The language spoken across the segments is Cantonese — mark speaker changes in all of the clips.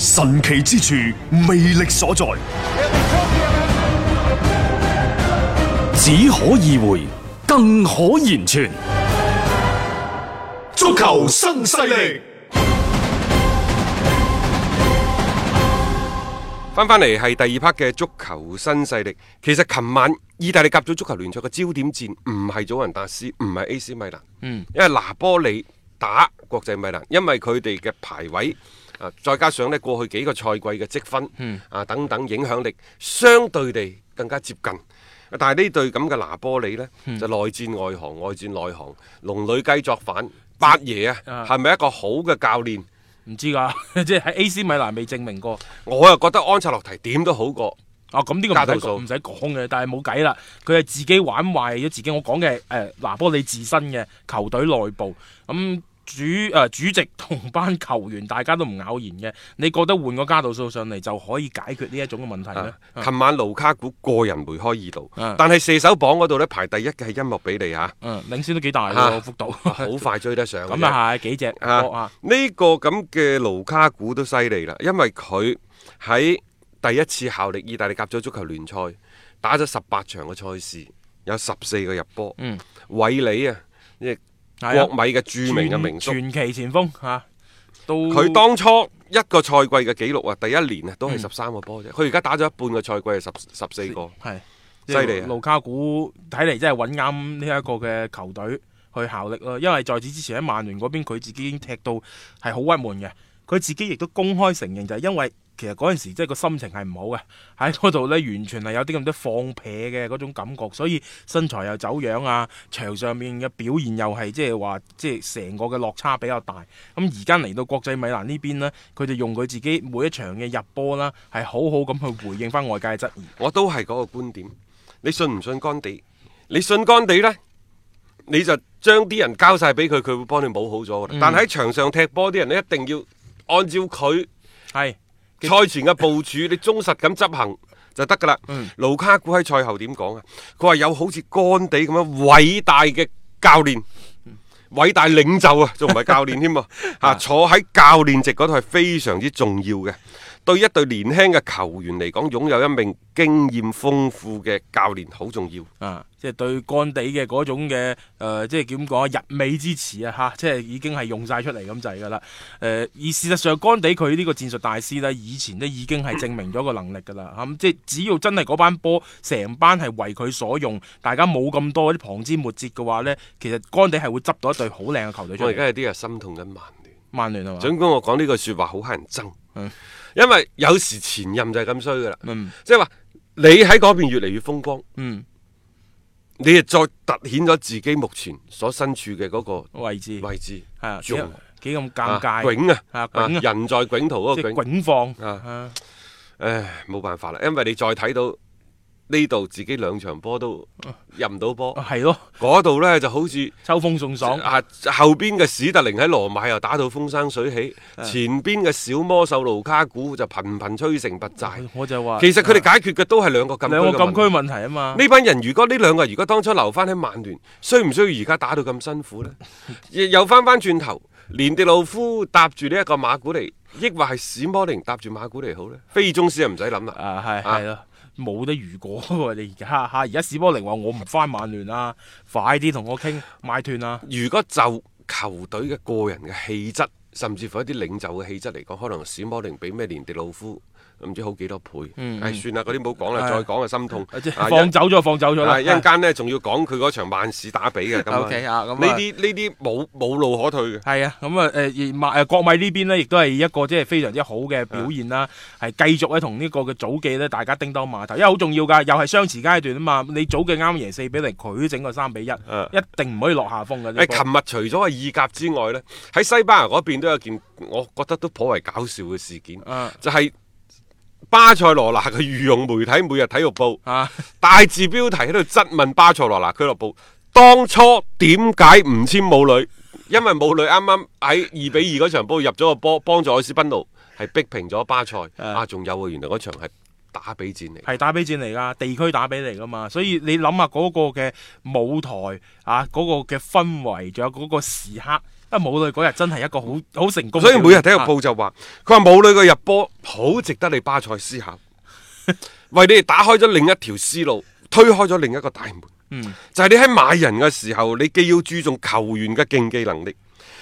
Speaker 1: 神奇之處，魅力所在，
Speaker 2: 只可意會，更可言傳。
Speaker 3: 足球新勢力，
Speaker 4: 翻翻嚟係第二 part 嘅足球新勢力。其實琴晚意大利甲組足球聯賽嘅焦點戰唔係祖雲達斯，唔係 AC 米蘭，嗯，因為拿波里打國際米蘭，因為佢哋嘅排位啊，再加上呢過去幾個賽季嘅積分，啊等等影響力，相對地更加接近。但係呢隊咁嘅拿波里呢，就內戰外行，外戰內行，龍女雞作反。八爺嗯啊，係咪一個好嘅教練？
Speaker 5: 唔知㗎， 即係喺 AC 米蘭未證明過。
Speaker 4: 我又覺得安察洛提點都好過。
Speaker 5: 哦，咁呢個
Speaker 4: 加
Speaker 5: 唔
Speaker 4: 度
Speaker 5: 使
Speaker 4: 數
Speaker 5: 講唔使講嘅，但係冇計啦，佢係自己玩壞咗自己。我講嘅係誒拿波里自身嘅球隊內部，咁、主誒、呃主席同班球員大家都唔咬言嘅。你覺得換個加度數上嚟就可以解決呢一種嘅問題咧？
Speaker 4: 啊琴晚盧卡古個人梅開二度
Speaker 5: 啊，
Speaker 4: 但係射手榜嗰度呢，排第一嘅係音樂比利 嚇，
Speaker 5: 嗯，領先都幾大
Speaker 4: 啊
Speaker 5: 喎，幅度。
Speaker 4: 好快追得上嘅啫。
Speaker 5: 咁啊係幾隻波
Speaker 4: 啊
Speaker 5: 啊？，
Speaker 4: 呢個咁嘅盧卡古都犀利啦，因為佢喺第一次效力意大利甲組足球聯賽打咗十八場嘅賽事，有十四個入波。
Speaker 5: 嗯，
Speaker 4: 韋里啊，即係
Speaker 5: 係
Speaker 4: 國
Speaker 5: 啊
Speaker 4: 米嘅著名嘅名宿。
Speaker 5: 傳傳奇前鋒嚇、啊都
Speaker 4: 佢當初一個賽季嘅紀錄啊，第一年啊都
Speaker 5: 嗯
Speaker 4: 係十三個波啫。佢而家打咗一半個賽季係十十四個。
Speaker 5: 係
Speaker 4: 犀利啊
Speaker 5: 盧卡古睇嚟真係揾啱呢一個嘅球隊去效力咯，因為在此之前喺曼聯嗰邊佢自己已經踢到係好鬱悶嘅，佢自己亦都公開承認就係因為其實嗰陣時即係個心情係唔好嘅，喺嗰度呢，完全係有啲咁多放屁嘅嗰種感覺，所以身材又走樣啊，場上面嘅表現又係即係話即係成個嘅落差比較大。咁而家嚟到國際米蘭呢邊呢，佢就用佢自己每一場嘅入波啦，係好好咁去回應翻外界嘅質疑。
Speaker 4: 我都係嗰個觀點。你信唔信干地？你信干地呢，你就將啲人交晒俾佢，佢會幫你冇好咗㗎啦。但喺場上踢波啲人咧，一定要按照佢
Speaker 5: 係。
Speaker 4: 賽前嘅部署，你忠實咁執行就得㗎啦。盧卡古喺賽後點講啊？佢話有好似干地咁樣偉大嘅教練。偉大領袖啊，仲唔係教練添啊？嚇，坐喺教練席嗰度係非常之重要嘅。對一隊年輕嘅球員嚟講，擁有一名經驗豐富嘅教練好重要。
Speaker 5: 啊，即係對干地嘅嗰種嘅誒、呃即係點講啊，日美之詞啊嚇，即係已經係用晒出嚟咁滯㗎啦。誒、呃而事實上，干地佢呢個戰術大師呢，以前呢已經係證明咗個能力㗎啦。咁、即係只要真係嗰班波成班係為佢所用，大家冇咁多啲旁枝末節嘅話呢，其實干地係會執到一隊好靚嘅球隊出
Speaker 4: 我而家
Speaker 5: 嚟。
Speaker 4: 有啲人心痛緊曼聯。
Speaker 5: 曼聯係嘛？
Speaker 4: 儘管我講呢句説話好乞人憎
Speaker 5: 嗯，
Speaker 4: 因為有時前任就係咁衰㗎啦。
Speaker 5: 嗯
Speaker 4: 即係話你喺嗰邊越嚟越風光，
Speaker 5: 嗯，
Speaker 4: 你亦再突顯咗自己目前所身處嘅嗰個
Speaker 5: 位置
Speaker 4: 位置，
Speaker 5: 係啊，幾
Speaker 4: 仲
Speaker 5: 幾咁尷
Speaker 4: 啊
Speaker 5: 尬，
Speaker 4: 囧啊，
Speaker 5: 啊囧啊
Speaker 4: 啊人在囧途嗰
Speaker 5: 即
Speaker 4: 個囧，
Speaker 5: 係滾放
Speaker 4: 啊
Speaker 5: 啊
Speaker 4: 唉，冇辦法啦，因為你再睇到呢度自己兩場波都
Speaker 5: 哦
Speaker 4: 入唔到波，
Speaker 5: 啊係咯，
Speaker 4: 嗰度呢就好似。
Speaker 5: 秋風送爽。
Speaker 4: 啊！後邊嘅史特靈喺羅馬又打到風生水起，
Speaker 5: 啊
Speaker 4: 前邊嘅小魔獸盧卡古就頻頻摧城拔寨。
Speaker 5: 我就話，啊
Speaker 4: 其實佢哋解決嘅都係兩個禁區
Speaker 5: 嗯兩
Speaker 4: 嘅
Speaker 5: 個禁區
Speaker 4: 問題。
Speaker 5: 問題啊嘛。
Speaker 4: 呢班人如果呢兩個人如果當初留翻喺曼聯，需唔需要而家打到咁辛苦 呢？又翻翻轉頭，連迪路夫搭住呢一個馬古尼，抑或係史摩寧搭住馬古尼好呢？非宗師就唔使諗啦。
Speaker 5: 啊，係
Speaker 4: 啊
Speaker 5: 係咯，冇得如果喎！你而家啊嚇，而家史波寧話我唔翻曼聯啦，快啲同我傾買斷啊啦。
Speaker 4: 如果就球隊嘅個人嘅氣質，甚至乎一啲領袖嘅氣質嚟講，可能史摩寧比咩連迪路夫唔知好幾多倍。
Speaker 5: 嗯
Speaker 4: 唉，
Speaker 5: 嗯
Speaker 4: 算啦，嗰啲冇講啦，
Speaker 5: 係
Speaker 4: 再講就心痛。
Speaker 5: 即係
Speaker 4: 啊
Speaker 5: 放走咗，放走咗啦。
Speaker 4: 啊！一陣間咧，仲要講佢嗰場萬事打比嘅咁
Speaker 5: OK，啊咁啊
Speaker 4: 呢啲呢啲冇冇路可退嘅。
Speaker 5: 係啊，咁啊誒而馬誒國米呢邊呢，亦都係一個即係非常之好嘅表現啦，
Speaker 4: 啊
Speaker 5: 係繼續咧同呢個嘅祖記咧，大家叮當馬頭，因為好重要㗎，又係相持階段啊嘛。你祖記啱啱贏四比零，佢整個三比一，
Speaker 4: 啊
Speaker 5: 一定唔可以落下風㗎。呢
Speaker 4: 誒，
Speaker 5: 波
Speaker 4: 琴日除咗係意甲之外呢，喺西班牙嗰邊都有件我覺得都頗為搞笑嘅事件，
Speaker 5: 啊
Speaker 4: 就係、巴塞羅那嘅御用媒體《每日體育報》
Speaker 5: 啊
Speaker 4: 大字標題喺度質問巴塞羅那俱樂部當初點解唔簽武磊？因為武磊啱啱喺二比二嗰場波入咗個波，幫助愛斯賓奴係逼平咗巴塞。啊，仲有啊，原來嗰場係打比戰嚟。
Speaker 5: 係打比戰嚟㗎，地區打比嚟㗎嘛，所以你諗下嗰個嘅舞台啊，嗰、個嘅氛圍，仲有嗰個時刻，啊舞女嗰日真係一個好好成功嘅表
Speaker 4: 所以
Speaker 5: 現。
Speaker 4: 每日體育
Speaker 5: 啊
Speaker 4: 報就話，佢話武磊嘅入波好值得你巴塞思 考，為你哋打開咗另一條思路，推開咗另一個大門。
Speaker 5: 嗯
Speaker 4: 就係你喺買人嘅時候，你既要注重球員嘅競技能力，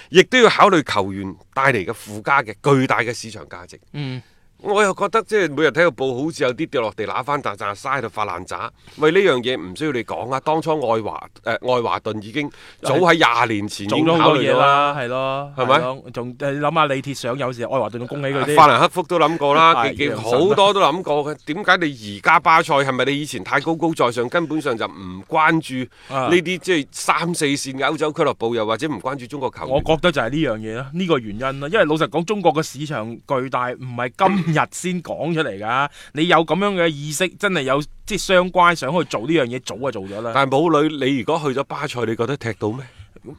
Speaker 4: 亦都要考慮球員帶嚟嘅附加嘅巨大嘅市場價值。
Speaker 5: 嗯。
Speaker 4: 我又覺得即係每日體育報好似有啲掉落地揦翻拃拃沙喺度發爛渣。喂，呢樣嘢唔需要你講啊！當初愛華誒、呃、愛華頓已經早喺廿年前已
Speaker 5: 做
Speaker 4: 經考
Speaker 5: 咗好多
Speaker 4: 慮
Speaker 5: 嘢
Speaker 4: 到啦。
Speaker 5: 啦，係咯，
Speaker 4: 係咪
Speaker 5: 係咯？仲你諗下李鐵上有時愛華頓仲恭喜佢啲，
Speaker 4: 啊法蘭克福都諗過 啦，
Speaker 5: 係
Speaker 4: 幾幾
Speaker 5: 楊
Speaker 4: 好
Speaker 5: 神啊啦
Speaker 4: 多都諗過嘅。點解你而家巴塞係咪你以前太高高在上，根本上就唔關注
Speaker 5: 啊
Speaker 4: 呢啲即係三四線嘅歐洲俱樂部，又或者唔關注中國球
Speaker 5: 我
Speaker 4: 員？
Speaker 5: 覺得就係呢樣嘢啦，呢、個原因啦。因為老實講，中國嘅市場巨大，唔係今日先講出嚟㗎。你有咁樣嘅意識，真係有即係相關想去做呢樣嘢，早就做咗啦。
Speaker 4: 但係武磊，你如果去咗巴塞，你覺得踢到咩？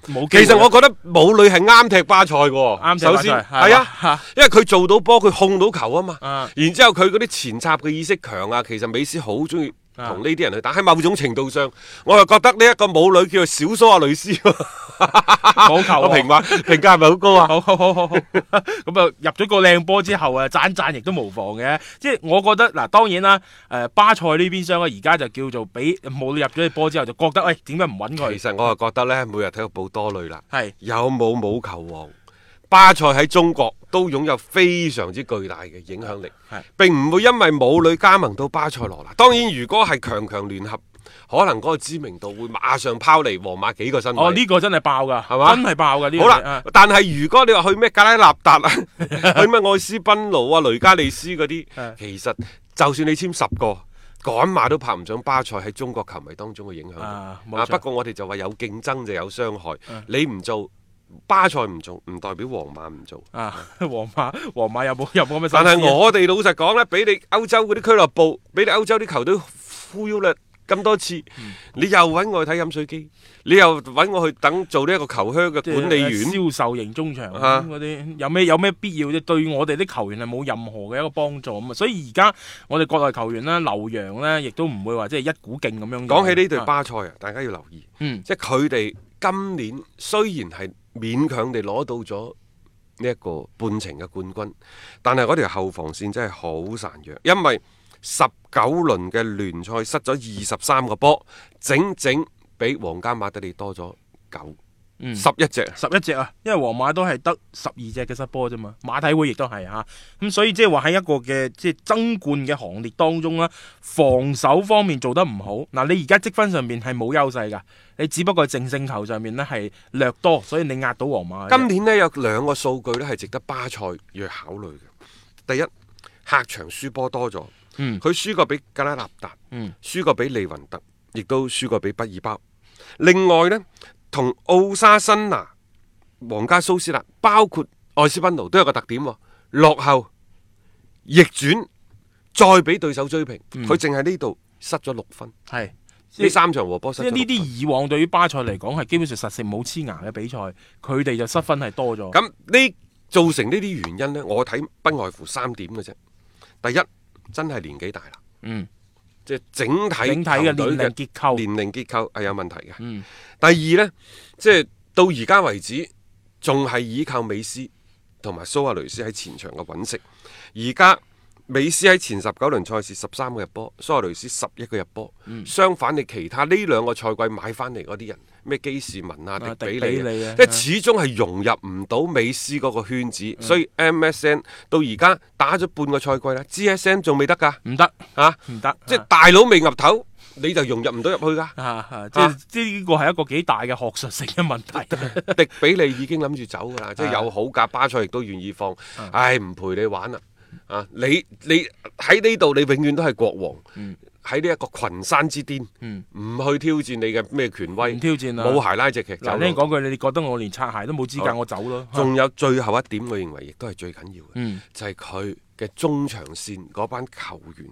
Speaker 5: 冇
Speaker 4: 其
Speaker 5: 機會啊
Speaker 4: 實我覺得武磊係啱踢巴塞嘅喎，
Speaker 5: 啱踢巴塞
Speaker 4: 首先
Speaker 5: 係
Speaker 4: 係啊
Speaker 5: 嘛，
Speaker 4: 因為佢做到波，佢控到球啊嘛。
Speaker 5: 啊
Speaker 4: 然之後佢嗰啲前插嘅意識強啊，其實美斯好中意同呢啲人去打。喺某種程度上，我又覺得呢一個武磊叫做小蘇亞雷斯喎，
Speaker 5: 好 球
Speaker 4: 我
Speaker 5: 喎
Speaker 4: 評價評價係咪好高 啊？
Speaker 5: 好好好好好，咁啊入咗個靚波之後啊，讚讚亦都無妨嘅。即係我覺得嗱，當然啦，誒、巴塞呢邊商咧而家就叫做俾冇入咗隻波之後，就覺得喂點解唔揾
Speaker 4: 其
Speaker 5: 佢？
Speaker 4: 實我係覺得呢，每日體育報多累啦。
Speaker 5: 係
Speaker 4: 有冇冇球王？巴塞喺中國都擁有非常之巨大嘅影響力
Speaker 5: 係，
Speaker 4: 並唔會因為母女加盟到巴塞羅那。當然，如果係強強聯合，可能嗰個知名度會馬上拋離皇馬幾個身位。
Speaker 5: 哦，呢、個真係爆㗎，
Speaker 4: 係嘛
Speaker 5: 真係爆㗎呢、個
Speaker 4: 好
Speaker 5: 嘢
Speaker 4: 啦
Speaker 5: 啊，
Speaker 4: 但係如果你話去咩格拉納達 啊，去咩愛斯賓奴啊、雷加利斯嗰啲
Speaker 5: 係，
Speaker 4: 其實就算你簽十個。趕馬都拍唔上巴塞喺中國球迷當中嘅影響力
Speaker 5: 啊冇錯啊
Speaker 4: 不過我哋就話有競爭就有傷害，你唔做巴塞唔做，唔代表皇馬唔做。
Speaker 5: 啊， 皇馬皇馬有冇 有冇咁嘅心思啊
Speaker 4: 但係我哋老實講咧，俾你歐洲嗰啲俱樂部，俾你歐洲啲球隊忽悠啦咁多次，
Speaker 5: 嗯
Speaker 4: 你又揾我去睇飲水機，你又揾我去等做呢一個球靴嘅
Speaker 5: 即係
Speaker 4: 管理員。
Speaker 5: 銷售型中場
Speaker 4: 啊
Speaker 5: 嗰啲，有咩有咩必要啫？對我哋啲球員係冇任何嘅一個幫助咁啊！所以而家我哋國內球員啦，留洋咧，亦都唔會話即係一股勁咁樣用。
Speaker 4: 講起呢隊
Speaker 5: 啊，
Speaker 4: 巴塞啊，大家要留意，
Speaker 5: 嗯
Speaker 4: 即係佢哋今年雖然係勉強地攞到咗呢一個半程嘅冠軍，但係嗰條後防線真係好孱弱，因為十九輪嘅聯賽失咗二十三個波，整整比皇家馬德里多咗九
Speaker 5: 嗯
Speaker 4: 十一隻。
Speaker 5: 十一隻啊，因為皇馬都係得十二隻嘅失波啫嘛，馬體會亦都係嚇，咁所以即係話喺一個嘅即係爭冠嘅行列當中啦，防守方面做得唔好，嗱你而家積分上面係冇優勢㗎，你只不過淨勝球上面呢係略多，所以你壓到皇馬嘅啫。
Speaker 4: 今年呢，有兩個數據呢係值得巴塞要考慮嘅。第一，客場輸波多咗，佢、
Speaker 5: 嗯
Speaker 4: 輸過俾格拉納達，
Speaker 5: 嗯
Speaker 4: 輸過俾利雲特，亦都輸過俾畢爾包。另外呢，同奧沙辛拿、皇家蘇斯達，包括愛斯賓奴都有個特點喎，落後逆轉，再俾對手追平，佢淨係呢度失咗六分，
Speaker 5: 係
Speaker 4: 呢三場和波失
Speaker 5: 嗯即
Speaker 4: 咗
Speaker 5: 係呢
Speaker 4: 六
Speaker 5: 啲
Speaker 4: 分。
Speaker 5: 以往對於巴塞嚟講係基本上實食冇黐牙嘅比賽，佢哋就失分係多咗。
Speaker 4: 咁呢造成呢啲原因呢，我睇不外乎三點嘅啫。第一，真係年紀大啦，
Speaker 5: 嗯，
Speaker 4: 即係整體
Speaker 5: 整體嘅
Speaker 4: 球隊
Speaker 5: 年齡結構
Speaker 4: 年齡結構係有問題嘅。
Speaker 5: 嗯
Speaker 4: 第二呢，即係到而家為止，仲係依靠美斯同埋蘇亞雷斯喺前場嘅揾食。而家美斯喺前十九輪賽事十三個入波，蘇亞雷斯十一個入波。
Speaker 5: 嗯
Speaker 4: 相反，你其他呢兩個賽季買翻嚟嗰啲人，咩基士文啊、迪比
Speaker 5: 迪比
Speaker 4: 利
Speaker 5: 利啊嗯
Speaker 4: 啊，即係始終係融入唔到美斯嗰個圈子。所以 MSN 到而家打咗半個賽季啦，GSM 仲未得㗎
Speaker 5: 唔得
Speaker 4: 嚇，
Speaker 5: 唔得，
Speaker 4: 即係大佬未岌頭，你就融入唔到入去㗎。
Speaker 5: 啊啊，即係即係呢個係一個幾大嘅學術性嘅問 題。
Speaker 4: 迪比利已經諗住走
Speaker 5: 啊
Speaker 4: 㗎啦，即係有好價，巴塞亦都願意放。唉，唔陪你玩啦！啊，你你喺呢度，你永遠都係國王。
Speaker 5: 嗯
Speaker 4: 喺呢一個群山之巔，唔、去挑戰你嘅咩權威，
Speaker 5: 唔挑戰啊
Speaker 4: 冇鞋拉只劇走
Speaker 5: 嗱，
Speaker 4: 佬
Speaker 5: 聽講句，你覺得我連擦鞋都冇資格，
Speaker 4: 好
Speaker 5: 我走咯。
Speaker 4: 仲有最後一點，我認為亦都係最緊要嘅，
Speaker 5: 嗯
Speaker 4: 就係佢嘅中場線嗰班球員，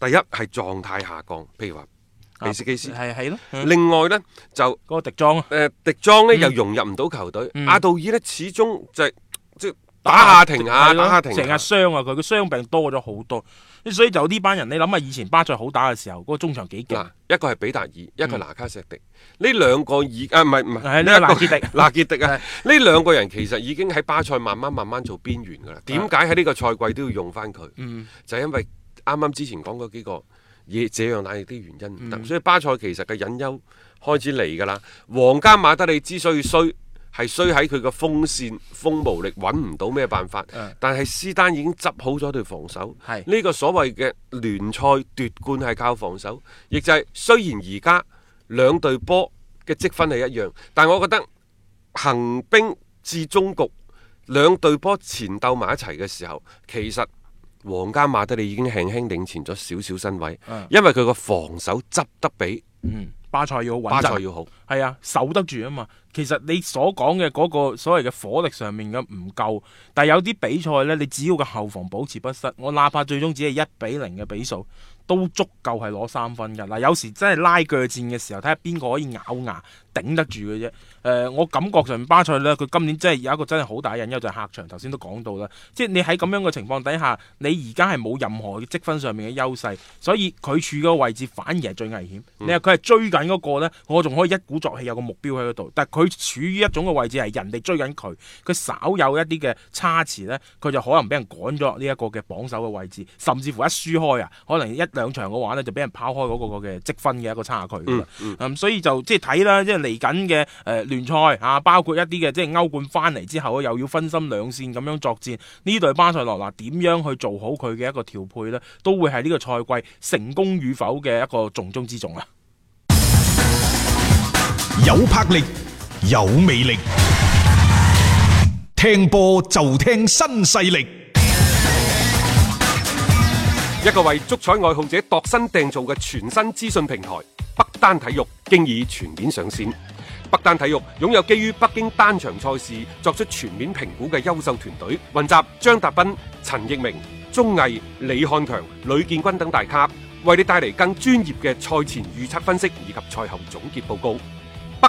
Speaker 4: 第一係狀態下降，譬如話比斯基斯，
Speaker 5: 啊係係咯，嗯
Speaker 4: 另外呢，就
Speaker 5: 嗰個迪莊啊，
Speaker 4: 誒、呃迪莊呢又融入唔到球隊，
Speaker 5: 嗯
Speaker 4: 阿杜爾呢始終就係即係打下停下，
Speaker 5: 係咯
Speaker 4: 打下停
Speaker 5: 成日
Speaker 4: 下。
Speaker 5: 傷啊，佢嘅傷病多咗好多，所以就呢班人，你諗下以前巴塞好打嘅時候，嗰個中場幾勁
Speaker 4: 嗱，，一個係比達爾，一個係拿卡石迪，呢兩個已啊唔係唔
Speaker 5: 嗯係呢
Speaker 4: 係
Speaker 5: 個拿傑迪
Speaker 4: 拿傑迪啊，呢兩個人其實已經喺巴塞慢慢慢慢做邊緣㗎啦。點解喺呢個賽季都要用翻佢？就係因為啱啱之前講嗰幾個嘢，這樣那樣啲原因唔得，所以巴塞其實嘅隱憂開始嚟㗎啦。皇家馬德里之所以衰。係衰喺佢個鋒線鋒無力，揾唔到咩辦法。但係斯丹已經執好咗對防守，
Speaker 5: 係
Speaker 4: 呢個所謂嘅聯賽奪冠係靠防守，亦就係雖然而家兩隊波嘅積分係一樣，但我覺得行兵至終局，兩隊波前鬥埋一齊嘅時候，其實皇家馬德里已經輕輕領前咗少少身位，
Speaker 5: 嗯
Speaker 4: 因為佢個防守執得比
Speaker 5: 嗯，巴塞要好穩
Speaker 4: 巴塞
Speaker 5: 陣。
Speaker 4: 要好。
Speaker 5: 係啊，守得住啊嘛。其實你所講嘅嗰個所謂嘅火力上面嘅唔夠，但係有啲比賽呢，你只要個後防保持不失，我哪怕最終只係一比零嘅比數，都足夠係攞三分㗎。嗱，有時真係拉鋸戰嘅時候，睇下邊個可以咬牙頂得住嘅啫。誒、我感覺上面巴塞呢，佢今年真係有一個真係好大嘅隱憂就係、客場，頭先都講到啦，即係你喺咁樣嘅情況底下，你而家係冇任何嘅積分上面嘅優勢，所以佢處嘅位置反而係最危險。你話佢係追緊嗰個呢，我仲可以一鼓作氣有個目標喺嗰度，但係佢處於一種嘅位置係人哋追緊佢，佢稍有一啲嘅差池呢，佢就可能俾人趕咗落呢一個嘅榜首嘅位置，甚至乎一輸開啊，可能一兩場嘅話呢，就俾人拋開嗰個嘅積分嘅一個差距㗎啦。嗯所以就即係睇啦，即係嚟緊嘅誒聯賽啊，包括一啲嘅即係歐冠翻嚟之後，又要分心兩線咁樣作戰。呢隊巴塞羅那點樣去做好佢嘅一個調配呢？都會係呢個賽季成功與否嘅一個重中之重啊！
Speaker 3: 有魄力，有魅力，聽波就聽新勢力。
Speaker 4: 一個為足彩愛好者度身訂造嘅全新資訊平台北單體育，經已全面上線。北單體育擁有基於北京單場賽事作出全面評估嘅優秀團隊，雲集張達斌、陳奕明、鐘毅、李漢強、呂建軍等大咖，為你帶嚟更專業嘅賽前預測分析以及賽後總結報告。北